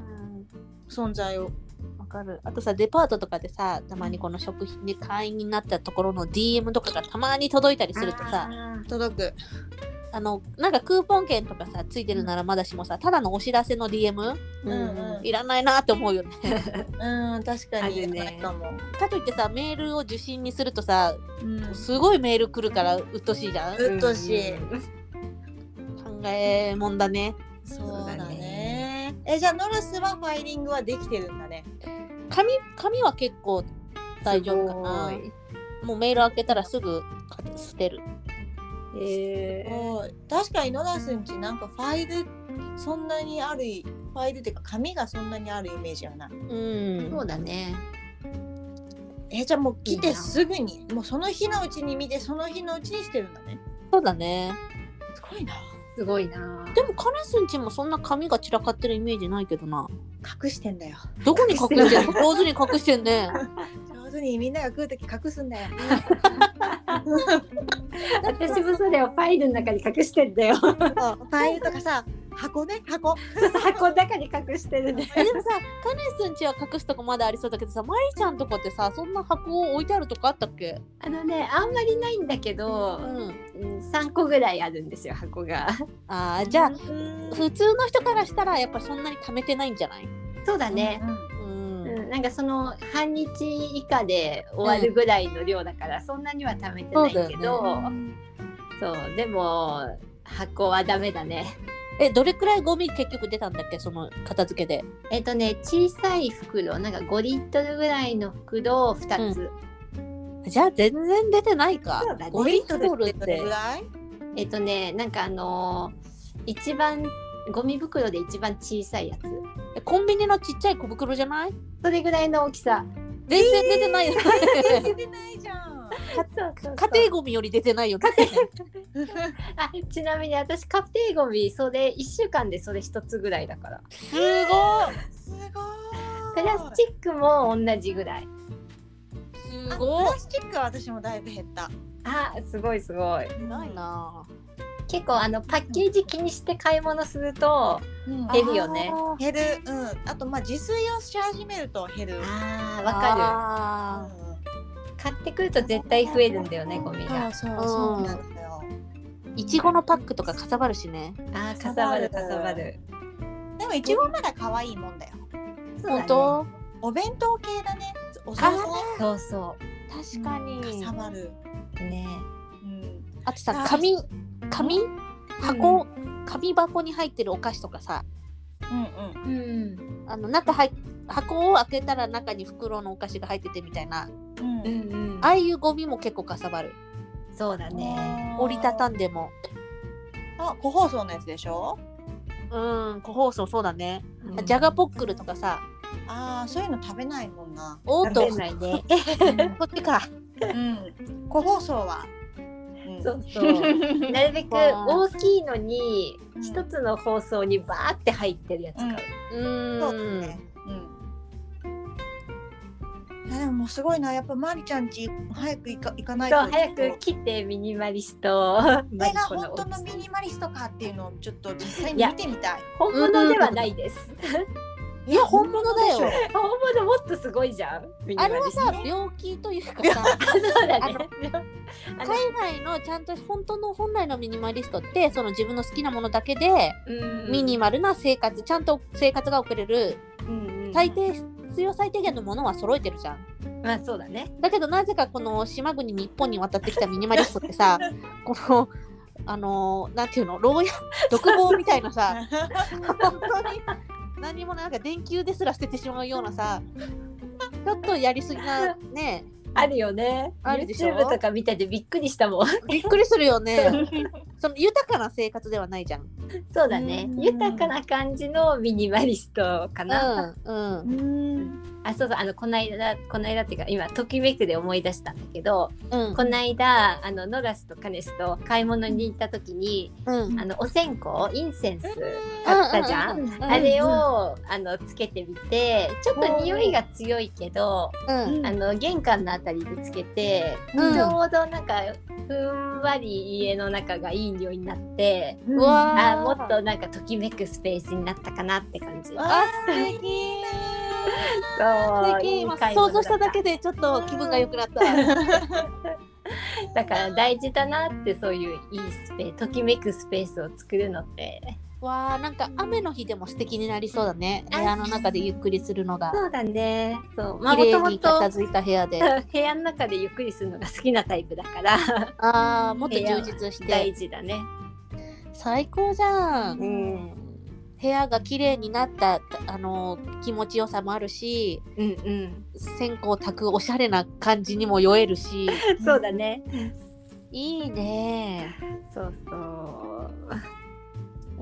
Speaker 2: 存在を。
Speaker 1: わかるあとさデパートとかでさたまにこの食品で会員になったところの DM とかがたまに届いたりするとさ
Speaker 2: 届く。
Speaker 1: あのなんかクーポン券とかさついてるならまだしもさただのお知らせの DM
Speaker 2: うんうん
Speaker 1: いらないなって思うよね (laughs)
Speaker 2: うん確かに。
Speaker 3: あるね
Speaker 2: かも。
Speaker 1: かといってさメールを受信にするとさ
Speaker 2: うん。
Speaker 1: すごいメール来るから鬱陶しいじゃん
Speaker 2: うっとうしい
Speaker 3: うん
Speaker 1: 考えもんだね
Speaker 2: そう
Speaker 3: そう
Speaker 2: だ
Speaker 3: だ
Speaker 2: ね。えじゃあノラスはファイリングはできてるんだね。
Speaker 1: 紙紙は結構大丈夫かな
Speaker 3: す
Speaker 1: もうメール開けたらすぐ捨てる
Speaker 3: ごいへー
Speaker 2: お確かにノラスんちなんかファイルそんなにあるいファイルっていうか紙がそんなにあるイメージはない。
Speaker 1: うん
Speaker 3: そうだね
Speaker 2: えじゃあもう来
Speaker 3: い
Speaker 2: て
Speaker 3: いな
Speaker 2: すぐにもうその日のうちに見てその日のうちに捨てるんだね。
Speaker 1: そうだね
Speaker 2: すごいな。
Speaker 3: すごいな
Speaker 1: でもカラスんちもそんな紙が散らかってるイメージないけどな
Speaker 2: 隠してんだよ。
Speaker 1: どこに隠
Speaker 3: 隠
Speaker 1: し
Speaker 3: してて
Speaker 1: んの上手に隠してん
Speaker 3: (laughs)
Speaker 1: ね
Speaker 2: 上手にみんなが食うとき隠すんだよ。
Speaker 3: 私もそれをファイルの中に隠してん (laughs) だよそう
Speaker 2: ファイルとかさ、箱ね、箱。
Speaker 3: そう箱の中に隠してるね
Speaker 1: えでもさカラスんちは隠すとこまだありそうだけどさマリちゃんとかってさそんな箱を置いてあるとこあったっけ
Speaker 3: あのねあんまりないんだけ
Speaker 1: う
Speaker 3: ど、
Speaker 1: ん
Speaker 3: うん、3個ぐらいあるんですよ箱が
Speaker 1: あーじゃあ
Speaker 2: うん
Speaker 1: 普通の人からしたらやっぱそんなに貯めてないんじゃない
Speaker 3: そうだね、
Speaker 1: うん
Speaker 3: うん、なんかその半日以下で終わるぐらいの量だから、そんなには貯めてないけど
Speaker 1: そう
Speaker 3: そう,、でも箱はダメだね
Speaker 1: えどれくらいゴミ結局出たんだっけその片付けで
Speaker 3: えっ、とね小さい袋なんか5リットルぐらいの袋2つ、
Speaker 1: じゃあ全然出てないか
Speaker 3: そうだね
Speaker 1: 5
Speaker 2: 5
Speaker 1: リ
Speaker 2: リ
Speaker 1: ッ
Speaker 2: ッ
Speaker 1: ト
Speaker 2: ト
Speaker 1: ル
Speaker 2: ル
Speaker 1: っ
Speaker 2: っててどれぐらい
Speaker 3: えっ、とねなんかあのー一番ゴミ袋で一番小さいやつ
Speaker 1: えコンビニのちっちゃい小袋じゃない
Speaker 3: それぐらいの大きさ
Speaker 1: 全然出てないよね、
Speaker 2: 出てないじゃん。
Speaker 1: 家庭ゴミより出てないよね
Speaker 3: あちなみに私家庭ゴミそれ1週間でそれ1つぐらいだから
Speaker 1: すごい
Speaker 2: すごい。
Speaker 3: プラスチックも同じぐらい
Speaker 1: す
Speaker 2: あ
Speaker 1: ご
Speaker 2: プラスチックは私もだいぶ減った。
Speaker 3: あすごいすごい
Speaker 1: いないな
Speaker 3: 結構あのパッケージ気にして買い物すると
Speaker 2: うん
Speaker 3: 減るよね
Speaker 2: 減る。うん。あとまあ自炊をし始めると減る。
Speaker 3: あー
Speaker 1: わ
Speaker 3: わか
Speaker 1: か
Speaker 3: る買ってくると絶対増えるんだよねゴミ
Speaker 2: うん
Speaker 3: が
Speaker 2: そう
Speaker 1: うん
Speaker 2: そうそうなんだよ。
Speaker 1: るいちごのパックとかかさばるしね
Speaker 3: あーかさばるかさばる
Speaker 2: でもいちごまだ可愛いもんだよ。
Speaker 3: そうだね
Speaker 2: お弁当系だね。お惣菜
Speaker 3: そうそ
Speaker 1: 確かに、
Speaker 2: かさばる。
Speaker 3: うね
Speaker 2: うん。
Speaker 1: あとさ
Speaker 2: あ
Speaker 1: 紙紙箱、紙箱に入ってるお菓子とかさ
Speaker 2: うんうん。
Speaker 3: うん
Speaker 1: あの中入っ箱を開けたら中に袋のお菓子が入っててみたいな
Speaker 2: うん
Speaker 3: うんうん
Speaker 1: ああいうゴミも結構かさばる
Speaker 3: そうだね
Speaker 1: 折りたた
Speaker 2: ん
Speaker 1: んでも
Speaker 2: あ個包装のやつでしょ
Speaker 1: うん個包装そうだね、
Speaker 3: うん
Speaker 1: ジャガポックルとかさ
Speaker 2: ああそういうの食べないもんな
Speaker 1: オート
Speaker 3: 食べない
Speaker 1: (laughs)
Speaker 3: ね
Speaker 1: こっちか
Speaker 3: (laughs)
Speaker 2: うん、個包装は、うん
Speaker 3: そうそう。なる
Speaker 1: (laughs)
Speaker 3: べく大きいのに
Speaker 2: うん
Speaker 3: 一つの包装にバーって入ってるやつ買う。
Speaker 1: うん
Speaker 2: そうですね。うん。あでももうすごいなやっぱマリちゃんち早く行か行かないと。
Speaker 3: そう早く切ってミニマリスト。
Speaker 2: これが
Speaker 3: マリコ
Speaker 2: 本
Speaker 3: の
Speaker 2: 当のミニマリストかっていうのをちょっと実際に見てみたい。
Speaker 3: 本物ではないです。
Speaker 2: いや本物だよ。
Speaker 3: 本物もっとすごいじゃん。ミニマ
Speaker 1: あ
Speaker 3: リ
Speaker 1: れは
Speaker 3: スト
Speaker 1: さ病気というか
Speaker 3: (laughs)
Speaker 1: さ
Speaker 3: あそうだね。あ
Speaker 1: 海
Speaker 3: の
Speaker 1: 外のちゃんと本当の本来のミニマリストってその自分の好きなものだけで
Speaker 3: うん
Speaker 1: ミニマルな生活ちゃんと生活が送れる
Speaker 3: うんうん
Speaker 1: 最低必要最低限のものは揃えてるじゃん。
Speaker 3: まあそうだね。
Speaker 1: だけどなぜかこの島国日本に渡ってきたミニマリストって
Speaker 3: (laughs)
Speaker 1: さこのあのなんていうの牢屋独房みたいなさ本当に何もなんか電球ですら捨ててしまうような
Speaker 3: (laughs)
Speaker 1: さちょっとやりすぎなね
Speaker 3: あるよね。
Speaker 1: あるでしょ
Speaker 3: YouTube とか見ててびっくりしたもん。
Speaker 1: びっくりするよねその豊かな生活ではないじゃん。
Speaker 3: そうだね
Speaker 2: う。ん
Speaker 3: 豊かな感じのミニマリストかな。
Speaker 1: うんうん
Speaker 2: うん。
Speaker 3: あそうそうあのこないだこないだっていうか今ときめくで思い出したんだけど、
Speaker 1: うん
Speaker 3: こないだあのノラスとカネスと買い物に行った時に、
Speaker 1: うん
Speaker 3: あのお線香インセンス買ったじゃん。
Speaker 1: うんうん
Speaker 3: あれをあのつけてみてちょっと匂いが強いけど
Speaker 1: うん
Speaker 3: あの玄関のあたりでつけて、
Speaker 1: うん
Speaker 3: ちょうどなんかふんわり家の中がいい匂いになって、
Speaker 1: うわー
Speaker 3: あもっとなんかときめくスペースになったかなって感じ。
Speaker 2: あ
Speaker 1: 素敵素敵今想像しただけでちょっと気分が良くなった。
Speaker 3: だから大事だなってそういういいスペースときめくスペースを作るのって
Speaker 1: わあなんか雨の日でも素敵になりそうだね部屋の中でゆっくりするのが
Speaker 3: そうだねそうまあ
Speaker 1: 綺麗
Speaker 3: もとも
Speaker 1: に
Speaker 3: と
Speaker 1: 片付いた部屋で
Speaker 3: (laughs) 部屋の中でゆっくりするのが好きなタイプだから
Speaker 1: あーもっと充実して
Speaker 3: 大事だね
Speaker 1: 最高じゃん、
Speaker 3: うん
Speaker 1: 部屋が綺麗になったあのー気持ちよさもあるし
Speaker 3: うんうん
Speaker 1: 線香炊くおしゃれな感じにも酔えるし
Speaker 3: (laughs) そうだね
Speaker 1: (laughs) いいね
Speaker 3: そうそう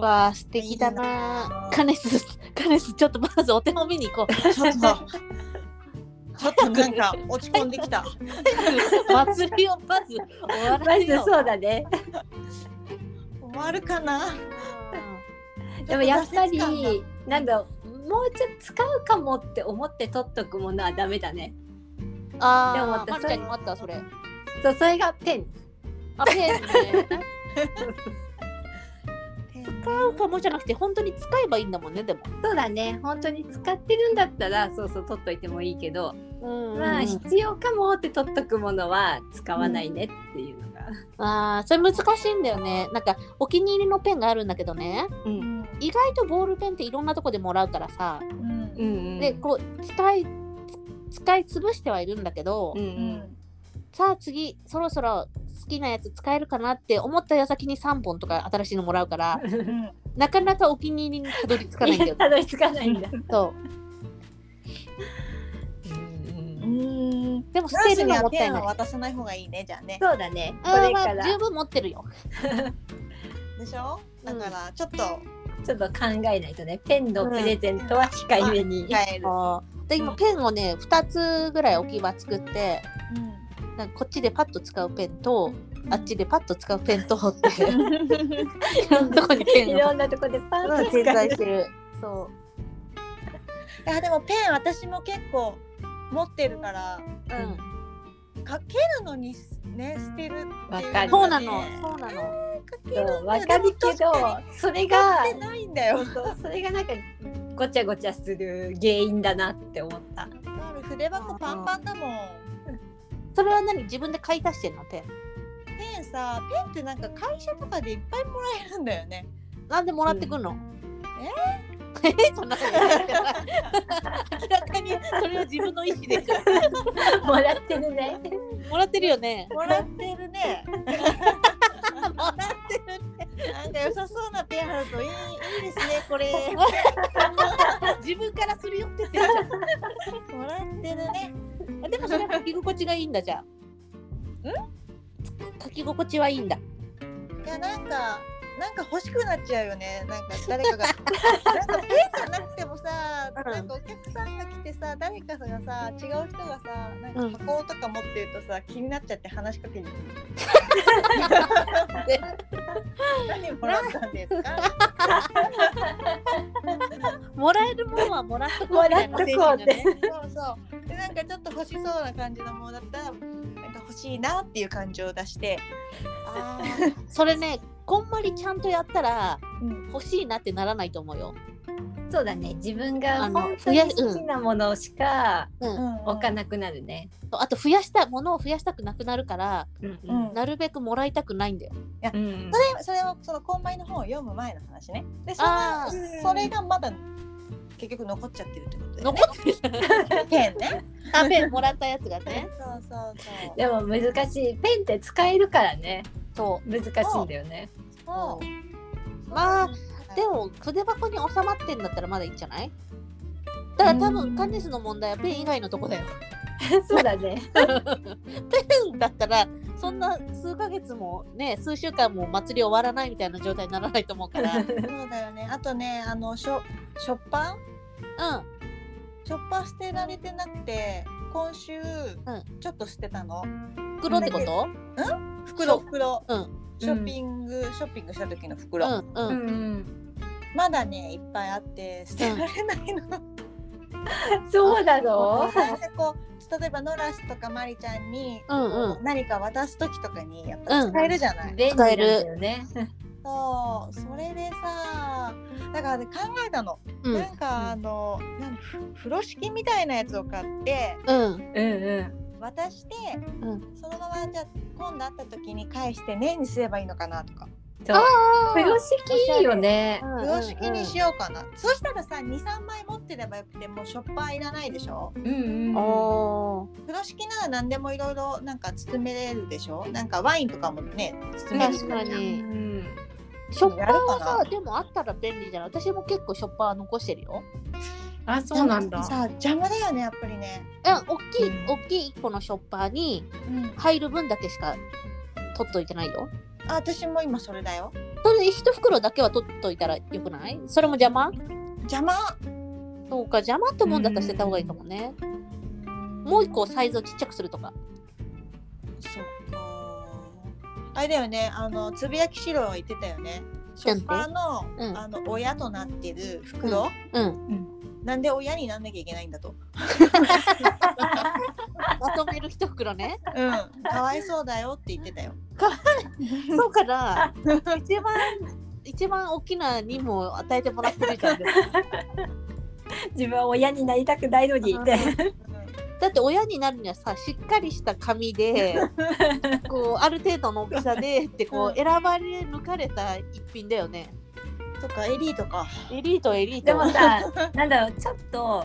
Speaker 1: わあ素敵だない
Speaker 2: いな
Speaker 1: カネスカネスちょっとまずお手本見に行こう
Speaker 2: ちょっとちょっとなんか落ち込んできた。
Speaker 1: (laughs) 祭りをまず終わ
Speaker 3: ま
Speaker 1: ら
Speaker 3: ず
Speaker 1: せよう
Speaker 3: そうだね
Speaker 2: 終わるかな。
Speaker 3: でもやっぱり
Speaker 2: ちょっと挫折感
Speaker 3: なんだろうもうちょっと使うかもって思って取っとくものはダメだねでも
Speaker 1: ああ
Speaker 3: 私
Speaker 1: まるちゃんにもあったそれ
Speaker 3: そうそれがペン
Speaker 1: あペンね
Speaker 2: が
Speaker 1: 使うかもじゃなくて本当に使えばいいんだもんねでも。
Speaker 3: そうだね本当に使ってるんだったらそうそう取っといてもいいけど
Speaker 1: うん
Speaker 3: まあ必要かもって取っとくものは使わないねっていうのが。
Speaker 1: あーそれ難しいんだよねなんかお気に入りのペンがあるんだけどね
Speaker 3: うん
Speaker 1: 意外とボールペンっていろんなとこでもらうからさ、
Speaker 2: うん
Speaker 3: うんうん
Speaker 1: でこう使いつ使い潰してはいるんだけど、
Speaker 3: うんう
Speaker 2: うんん
Speaker 1: さあ次そろそろ好きなやつ使えるかなって思った矢先に3本とか新しいのもらう
Speaker 3: (laughs)
Speaker 1: から
Speaker 2: うん
Speaker 1: なかなかお気に入りにたどり着かないんだよ
Speaker 3: たどり着かないんだ。
Speaker 1: そう
Speaker 2: うん。
Speaker 1: でも捨
Speaker 2: ナ
Speaker 1: て
Speaker 2: ス
Speaker 1: る
Speaker 2: に
Speaker 1: のはも
Speaker 2: は
Speaker 1: った
Speaker 2: ペ
Speaker 1: い
Speaker 2: ン
Speaker 1: な
Speaker 2: はい渡さない方がいいねじゃあね。
Speaker 3: そうだね。こ
Speaker 1: あー
Speaker 3: れ
Speaker 1: ま
Speaker 3: か
Speaker 1: あ
Speaker 3: ら
Speaker 1: 十分持ってるよ
Speaker 2: でしょ。
Speaker 1: う
Speaker 2: だ
Speaker 1: ん
Speaker 2: からちょっと
Speaker 3: ちょっと考えないとね。ペンのプレゼントは控えめに。
Speaker 2: 変える。
Speaker 1: あーで今ペンをね2つぐらい置き場作ってなんかこっちでパッと使うペンとあっちでパッと使うペン
Speaker 3: (laughs)
Speaker 1: とっていろんなとこにペ
Speaker 3: い
Speaker 1: ン
Speaker 3: ろ
Speaker 1: を
Speaker 3: んなとこでパン
Speaker 1: うん
Speaker 3: と
Speaker 1: 点
Speaker 3: 使
Speaker 1: 在
Speaker 3: う
Speaker 1: してる。そ
Speaker 2: いやでもペン私も結構持ってるから
Speaker 1: う。うん。
Speaker 2: かけるのにね捨てるっていうのがね
Speaker 3: わかる
Speaker 1: そうなの。そうなの。
Speaker 2: かける
Speaker 3: そう
Speaker 2: の
Speaker 3: わかるけど
Speaker 2: でも確かに、
Speaker 3: それ
Speaker 2: 使
Speaker 3: が
Speaker 2: ってないんだ
Speaker 3: そ
Speaker 2: よ
Speaker 3: う。そうそれがなんかごちゃごちゃする原因だなって思った。 (laughs)
Speaker 2: 筆箱パンパンだもん。
Speaker 1: それは何自分で買い足してんのペン。
Speaker 2: ペンさペンってなんか会社とかでいっぱいもらえるんだよね。
Speaker 1: なんでもらってくんの、え (laughs) そんなこと明らかにそれは自分の意思で
Speaker 3: もらってるね。
Speaker 1: もらってるよ
Speaker 2: (laughs)
Speaker 1: ね。
Speaker 2: もらってる (laughs) ね。
Speaker 1: もらってるね。
Speaker 2: なんか良さそうなペンあるといいいいですねこれ。
Speaker 1: 自分からすり寄ってってるじゃ
Speaker 2: もらってるね。
Speaker 1: ん。 (laughs) でもそれは書き心地がいいんだじゃん。書き心地はいいんだ。
Speaker 2: いや (laughs) なんかなんか欲しくなっちゃうよね。なんか誰かがなんかペンじゃなくてもささ、
Speaker 1: うん
Speaker 2: なんかお客さんが来てさ誰かがさ違う人がさなん
Speaker 1: うん
Speaker 2: か箱とか持ってるとさ気になっちゃって話しかけ (laughs) に行く何もらったんですか
Speaker 1: もらえるものはもらっとこう
Speaker 3: も
Speaker 1: み
Speaker 3: ら
Speaker 1: た
Speaker 3: っ
Speaker 1: い
Speaker 3: と
Speaker 1: な
Speaker 3: こう
Speaker 1: 精神だね。
Speaker 2: そうそうでなんかちょっと欲しそうな感じのものだったらなんか欲しいなっていう感情を出して
Speaker 1: あーそれねこんまりちゃんとやったら
Speaker 2: うん
Speaker 1: 欲しいなってならないと思うよ。
Speaker 3: そうだね自分が
Speaker 1: あの
Speaker 3: 本当に好きなものしか
Speaker 1: うん、
Speaker 3: 置かなくなるね。
Speaker 1: あと増やしたいものを増やしたくなくなるから
Speaker 3: うん
Speaker 2: うんうん
Speaker 1: なるべくもらいたくないんだよ。
Speaker 3: うん
Speaker 2: それそれはそのコンバイの本を読む前の話ね。でそ
Speaker 1: あ
Speaker 2: れそれがまだ結局残っちゃってるってことだよね。
Speaker 1: 残ってる
Speaker 2: ペンね。
Speaker 1: 食べもらったやつがね。
Speaker 2: そうそうそう。
Speaker 3: でも難しいペンって使えるからね
Speaker 1: そ
Speaker 3: 難しいんだよね。
Speaker 2: そう
Speaker 1: まあ
Speaker 2: う
Speaker 1: うでも筆箱に収まってんだったらまだいいんじゃないだから多分カネスの問題はペン以外のとこだよ。
Speaker 3: (laughs) そうだね。
Speaker 1: ペンだったらそんな数ヶ月もね数週間も祭り終わらないみたいな状態にならないと思うから。うん。
Speaker 2: そうだよね。あとねあのしょしょっぱんしょっぱん捨てられてなくて今週、ちょっと捨てたの。
Speaker 1: 袋ってこと？
Speaker 2: 袋
Speaker 1: しょ
Speaker 2: 袋。
Speaker 1: うん
Speaker 2: ショッピング、ショッピングした時の
Speaker 1: う
Speaker 2: 袋、
Speaker 1: んうん。
Speaker 3: うん
Speaker 2: まだねいっぱいあって捨てられないの。
Speaker 3: そうなの。
Speaker 2: なんかこう例えばノラスとかマリちゃんに
Speaker 1: うんうん
Speaker 2: 何か渡す時とかにやっぱ使えるじゃない、
Speaker 3: 便利なんだよね。
Speaker 2: そうそれでさだからね考えたの、
Speaker 1: うん
Speaker 2: なんかあのなんふ風呂敷みたいなやつを買って
Speaker 1: うん
Speaker 3: うんうん。
Speaker 2: 渡して、
Speaker 1: うん
Speaker 2: そのままじゃあ今度会った時に返して年にすればいいのかなとか
Speaker 3: そう風呂敷いいよね。
Speaker 2: 風呂敷にしようかな、そしたらさ23枚持ってればよくてもうショッパーいらないでしょ
Speaker 3: うんうん。
Speaker 1: お
Speaker 2: 風呂敷なら何でもいろいろなんか包めれるでしょなんかワインとかもね包める
Speaker 1: 確か
Speaker 3: う
Speaker 1: に
Speaker 3: ん。
Speaker 1: ショッパーは
Speaker 2: やるか
Speaker 1: さでもあったら便利じゃない私も結構ショッパー残してるよ
Speaker 3: あそうなんだ。
Speaker 2: さ邪魔だよねやっぱりね、
Speaker 1: うん大きい、
Speaker 3: うん
Speaker 1: 大きい1個のショッパーに
Speaker 2: うん、
Speaker 1: 入る分だけしか取っといてないよ
Speaker 2: あ私も今それだよ
Speaker 1: それで1袋だけは取っといたらよくないそれも邪魔
Speaker 2: 邪魔
Speaker 1: そうか邪魔ってもんだったら捨てた方がいいかもねもう1個サイズをちっちゃくするとか
Speaker 2: そっかあれだよねあのつぶやきしろは言ってたよねショッパーの,、
Speaker 1: うん
Speaker 2: あの親となってる袋、
Speaker 1: うん
Speaker 2: なんで親になんなきゃいけないんだと
Speaker 1: まとめる1袋
Speaker 3: (laughs)
Speaker 1: ね
Speaker 2: うんかわいそうだよって言ってたよ
Speaker 1: そうかな一番一番大きな任務を与えてもらってるじゃんでも
Speaker 3: 自分は親になりたくないのにって。
Speaker 1: だって親になるにはさしっかりした紙
Speaker 3: (laughs)
Speaker 1: でこうある程度の大きさでってこう選ばれ抜かれた一品だよね
Speaker 2: とかエリーとか
Speaker 1: エリートエリート
Speaker 3: でも (laughs) さ、なんだろうちょっと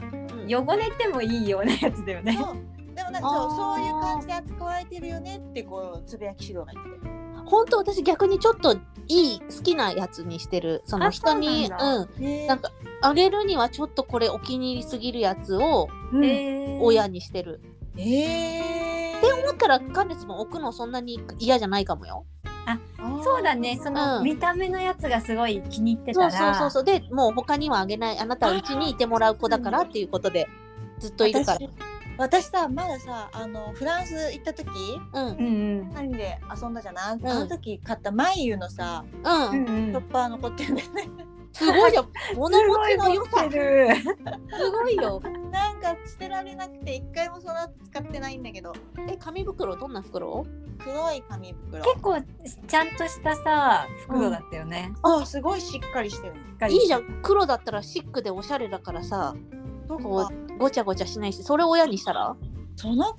Speaker 3: 汚れてもいいようなやつだよね。
Speaker 2: そうでもな
Speaker 1: あ
Speaker 2: んかそう
Speaker 1: ー
Speaker 2: そういう感じで扱われてるよねってこうつぶやきしろが言ってたよ
Speaker 1: 本当私逆にちょっといい好きなやつにしてるその
Speaker 3: あ
Speaker 1: 人に
Speaker 3: そううなん
Speaker 1: なんかあげるにはちょっとこれお気に入りすぎるやつを
Speaker 2: うん
Speaker 3: えー
Speaker 1: 親にしてる、
Speaker 2: ええ
Speaker 1: だからカネスも置くのそんなに嫌じゃないかもよ
Speaker 3: そうだね、その
Speaker 1: うん
Speaker 3: 見た目のやつがすごい気に入ってた
Speaker 1: そ
Speaker 3: ら。
Speaker 1: うそうそうそうでもう他にはあげないあなたはうちにいてもらう子だからっていうことでずっといるか
Speaker 2: 私私さまださあのフランス行った時
Speaker 1: らうん
Speaker 3: うんうん。
Speaker 2: 何で遊んだじゃない、
Speaker 1: ん
Speaker 2: あの時買ったマイユのさ
Speaker 1: う
Speaker 3: うんん
Speaker 2: シ
Speaker 3: う
Speaker 2: ョッ
Speaker 3: ん。
Speaker 2: パー残ってるんだよね (laughs)
Speaker 1: すごいじゃん。物持ちの良
Speaker 3: すご
Speaker 1: さ
Speaker 3: い持っ。てる。
Speaker 1: すごいよ。
Speaker 2: なんか捨てられなくて一回もその後使ってないんだけど
Speaker 1: え、紙袋どんな袋？
Speaker 2: 黒い紙袋
Speaker 3: 結構ちゃんとしたさ袋だったよね。
Speaker 2: あすごいしっかりしてる
Speaker 3: しっかり
Speaker 1: いいじゃん。黒だったらシックでおしゃれだからさ、
Speaker 2: そ
Speaker 1: こうごちゃごちゃしないし、それ親にしたら？
Speaker 2: その考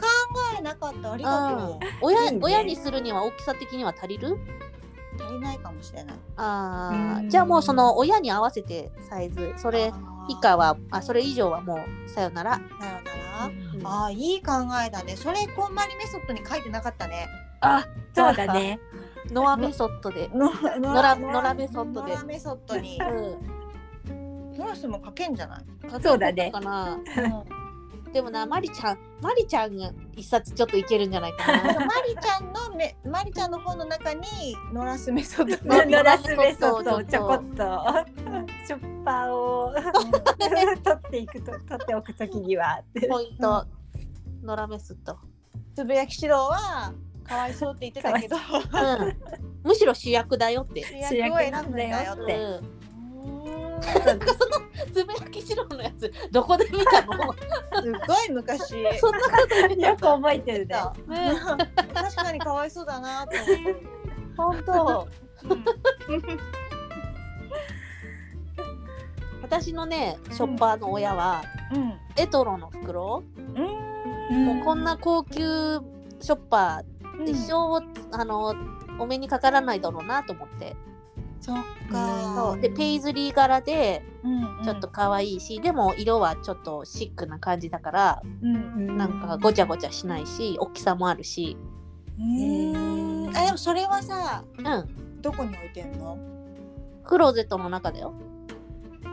Speaker 2: えなかったありがと
Speaker 1: 親
Speaker 3: いいね
Speaker 1: 親にするには大きさ的には足りる？
Speaker 2: う足りないかもしれない
Speaker 1: あ
Speaker 3: う
Speaker 1: あ、
Speaker 3: ん
Speaker 1: じゃあもうその親に合わせてサイズ、そ
Speaker 2: こ
Speaker 1: れ以下はあ、それ以上はもうさよなら。
Speaker 2: だよなら、
Speaker 3: うん
Speaker 2: あーいい考えだねそれこんまりメソッドに書いてなかったね
Speaker 3: あそうだね。
Speaker 1: ノアメソッドで。
Speaker 2: の
Speaker 1: 野良野良メソッドで
Speaker 2: 野良メソッド
Speaker 1: (laughs)
Speaker 2: に
Speaker 1: う
Speaker 2: ノラスも書けんじ
Speaker 1: (laughs)
Speaker 2: ゃない、
Speaker 1: ん。
Speaker 3: そうだね
Speaker 1: かな。
Speaker 2: うん
Speaker 1: でもな、マリちゃん、マリちゃんが一冊ちょっといけるんじゃないかな。 (laughs)
Speaker 2: マリちゃんのめマリちゃんの本の中にノラスメソ (laughs) ッド
Speaker 1: ノ
Speaker 2: が
Speaker 3: ノ
Speaker 1: ラ
Speaker 3: ラスメソッドをちょこっとショッパーを取っっていくと取っておくときにはって
Speaker 1: ポイント、のらめすっと、
Speaker 2: つぶやきしろはかわいそうって言ってたけど
Speaker 1: うん、むしろ主役だよって、
Speaker 2: 主役を選ぶんだよ
Speaker 1: う
Speaker 2: っ
Speaker 1: ん、
Speaker 2: て。
Speaker 1: なんかそのつぶやきしろのやつどこで見たの
Speaker 2: すっごい昔。
Speaker 1: (laughs) そんなこと見た
Speaker 3: よく覚えてるね。
Speaker 1: ね
Speaker 2: 確かにかわいそうだなと思っ
Speaker 1: 本
Speaker 2: て。
Speaker 1: 当私のねショッパーの親は
Speaker 2: うん。
Speaker 1: エトロの袋、
Speaker 2: うん。
Speaker 1: もうこんな高級ショッパーで一生、あのお目にかからないだろうなと思って、
Speaker 2: そっ
Speaker 1: そ
Speaker 2: か
Speaker 1: う。でペイズリー柄で
Speaker 2: うん
Speaker 1: ちょっと。可愛いし、でも色はちょっとシックな感じだから、
Speaker 2: うん。
Speaker 1: なんかごちゃごちゃしないし大きさもあるし、
Speaker 2: うん。あでもそれはさ
Speaker 1: うん、
Speaker 2: どこに置いてんの？
Speaker 1: クローゼットの中だよ。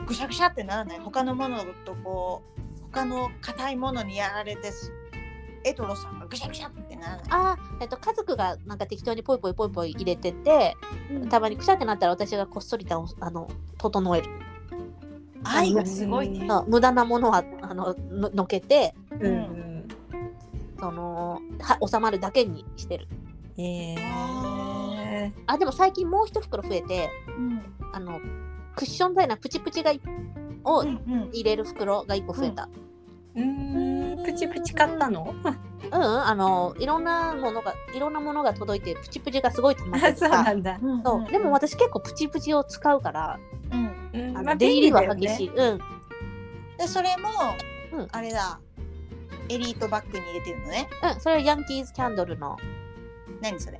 Speaker 2: ぐしゃぐしゃってならない。他のものとこう他の硬いものにやられてすエトロさんがぐしゃぐしゃってならない。
Speaker 1: あーえっと家族がなんか適当にポイポイポイポイ入れてて、
Speaker 2: うん
Speaker 1: たまにくしゃってなったら私がこっそりとあの整える
Speaker 2: 愛がすごいね。
Speaker 1: あ無駄なものはあのののけて
Speaker 3: うんん
Speaker 1: そのは収まるだけにしてる
Speaker 3: うん。え
Speaker 2: あ
Speaker 3: え。
Speaker 1: あでも最近もう一袋増えて
Speaker 2: うん。
Speaker 1: あのクッション材なプチプチがいを
Speaker 2: うんうん。
Speaker 1: 入れる袋が一個増えた、
Speaker 3: うん。プチプチ買ったの？
Speaker 1: うん、うんあのいろんなものがいろんなものが届いてプチプチがすごい溜まって
Speaker 3: あ
Speaker 1: る
Speaker 3: (laughs) そうなんだ。
Speaker 2: うん
Speaker 1: そうでも、私結構プチプチを使うから
Speaker 2: うん、
Speaker 3: うん
Speaker 1: あの出入りは激し
Speaker 3: い。
Speaker 1: い、うん
Speaker 2: でそれも、
Speaker 1: うん
Speaker 2: あれだエリートバッグに入れてるのね
Speaker 1: うん、それはヤンキーズキャンドルの、
Speaker 2: 何それ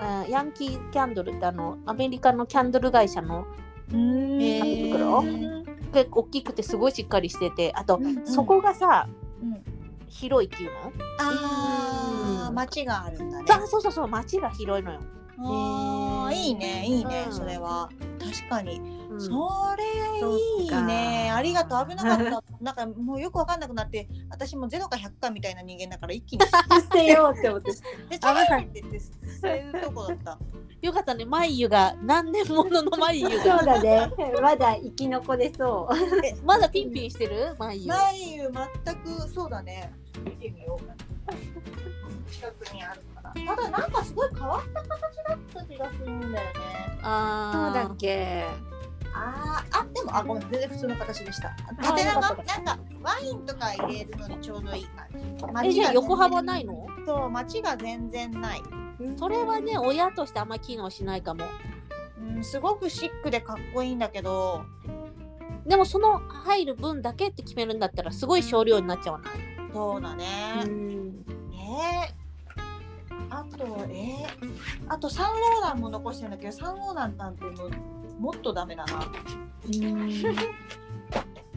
Speaker 1: うん、ヤンキーズキャンドルってあのアメリカのキャンドル会社の
Speaker 2: うん
Speaker 1: へー袋結構大きくてすごいしっかりしててあと、そこがさ
Speaker 2: うん、
Speaker 1: 広いっていうの、
Speaker 2: あ
Speaker 1: う
Speaker 2: ー
Speaker 1: ん
Speaker 2: 街があるんだね
Speaker 1: あそうそうそう街が広いのよ、
Speaker 2: あーいいねいいね、
Speaker 1: うん
Speaker 2: それは確かに、
Speaker 1: うん
Speaker 2: それいいねありがとう危なかった (laughs) なんかもうよくわかんなくなって私もゼロか100かみたいな人間だから一 (laughs) 気に
Speaker 3: 捨てようって思って。
Speaker 2: でちょっって言ってそういうとこだ (laughs) った
Speaker 1: よかったね眉が何年ものの眉
Speaker 3: (laughs) そ
Speaker 1: が
Speaker 3: うだね。まだ生き残れそう。
Speaker 1: まだピンピンしてる眉
Speaker 2: 眉全くそうだね見てみよう近くにあるからただなんかすごい変わった形だった気がするんだよね
Speaker 1: あー
Speaker 3: け。
Speaker 2: あーあでもあごめん全然普通の形でした
Speaker 1: ー
Speaker 2: 縦長
Speaker 1: よかっ
Speaker 2: なんかワインとか入れるのにちょうどいい感じ
Speaker 1: えじゃあ横幅
Speaker 2: 幅
Speaker 1: ないの
Speaker 2: そう街が全然ない、
Speaker 1: それはね親としてあんまり機能しないかも
Speaker 2: うん、すごくシックでかっこいいんだけど
Speaker 1: でもその入る分だけって決めるんだったらすごい少量になっちゃわない
Speaker 2: そうだね、
Speaker 1: うん
Speaker 2: えー、あとえー、あとサンローランも残してるんだけどサンローランなんてもうもっとダメだな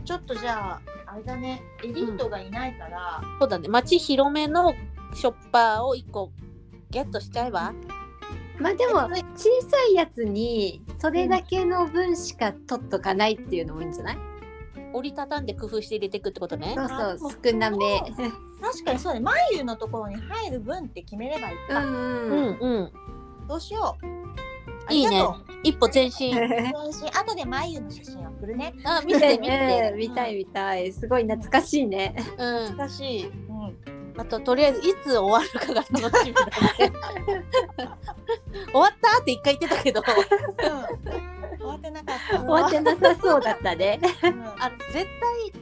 Speaker 2: ちょっとじゃああれだねエリートがいないから、
Speaker 1: そうだね街広めのショッパーを1個ゲットしちゃえば
Speaker 3: まあでも小さいやつにそれだけの分しか取っとかないっていうのもいいんじゃない？
Speaker 1: 折りたたんで工夫して入れていくってことね
Speaker 3: そう
Speaker 2: あも
Speaker 3: そうう少なめ。
Speaker 2: 確かにそうだね眉のところに入る分って決めればいいか、
Speaker 1: うんんうん
Speaker 2: どうしようあ
Speaker 1: い
Speaker 2: り
Speaker 1: い
Speaker 2: が
Speaker 1: ね
Speaker 2: とう
Speaker 1: 一歩前進
Speaker 3: (laughs)
Speaker 2: 嬉しい後で眉の写真送るね
Speaker 1: あ見
Speaker 3: 見
Speaker 1: て
Speaker 3: て
Speaker 1: 見て
Speaker 3: 見て、見たい見たいすごい懐かしいね。
Speaker 1: うん
Speaker 2: 難しい、うん、
Speaker 1: あととりあえずいつ終わるかが楽しみだ
Speaker 3: (laughs)
Speaker 1: ね終わったって一回言ってたけど
Speaker 2: 終わってなかった
Speaker 3: 終わってなさそうだったね。
Speaker 2: うん
Speaker 1: あの絶対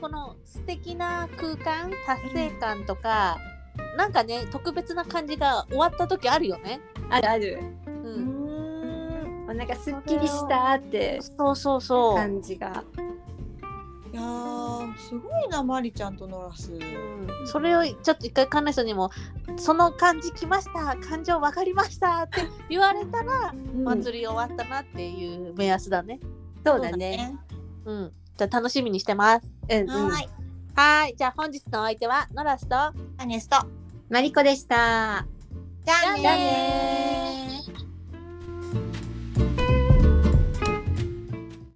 Speaker 1: この素敵な空間達成感とか、なんかね特別な感じが終わった時あるよね、
Speaker 3: あるある。
Speaker 1: う、
Speaker 2: うんーん
Speaker 3: なんかすっきりしたって
Speaker 1: そうそうそう、
Speaker 3: 感じが。
Speaker 2: いやーすごいなマリちゃんとノラス。
Speaker 1: うんそれをちょっと一回観覧車にも「その感じ来ました感情分かりました」って言われたら祭り終わったなっていう目安だね。
Speaker 3: そうだね。。
Speaker 1: うん、じゃあ楽しみにしてます。
Speaker 3: うんうん
Speaker 2: は。ーい。
Speaker 1: はーいじゃあ本日のお相手はノラスと
Speaker 2: アネスト。
Speaker 3: マリコでした。
Speaker 2: じゃあねー
Speaker 1: じゃあねー